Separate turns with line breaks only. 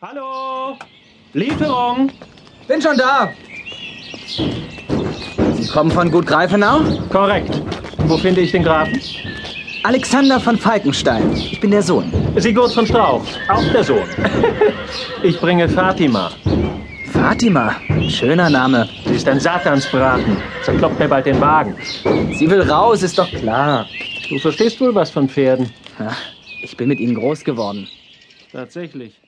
Hallo! Lieferung!
Bin schon da. Sie kommen von Gut Greifenau?
Korrekt. Wo finde ich den Grafen?
Alexander von Falkenstein. Ich bin der Sohn.
Sigurd von Strauch, auch der Sohn. ich bringe Fatima.
Fatima. Schöner Name.
Sie ist ein Satansbraten. Zerkloppt mir bald den Wagen.
Sie will raus, ist doch klar.
Du verstehst wohl was von Pferden.
Ja, Ich bin mit Ihnen groß geworden.
Tatsächlich.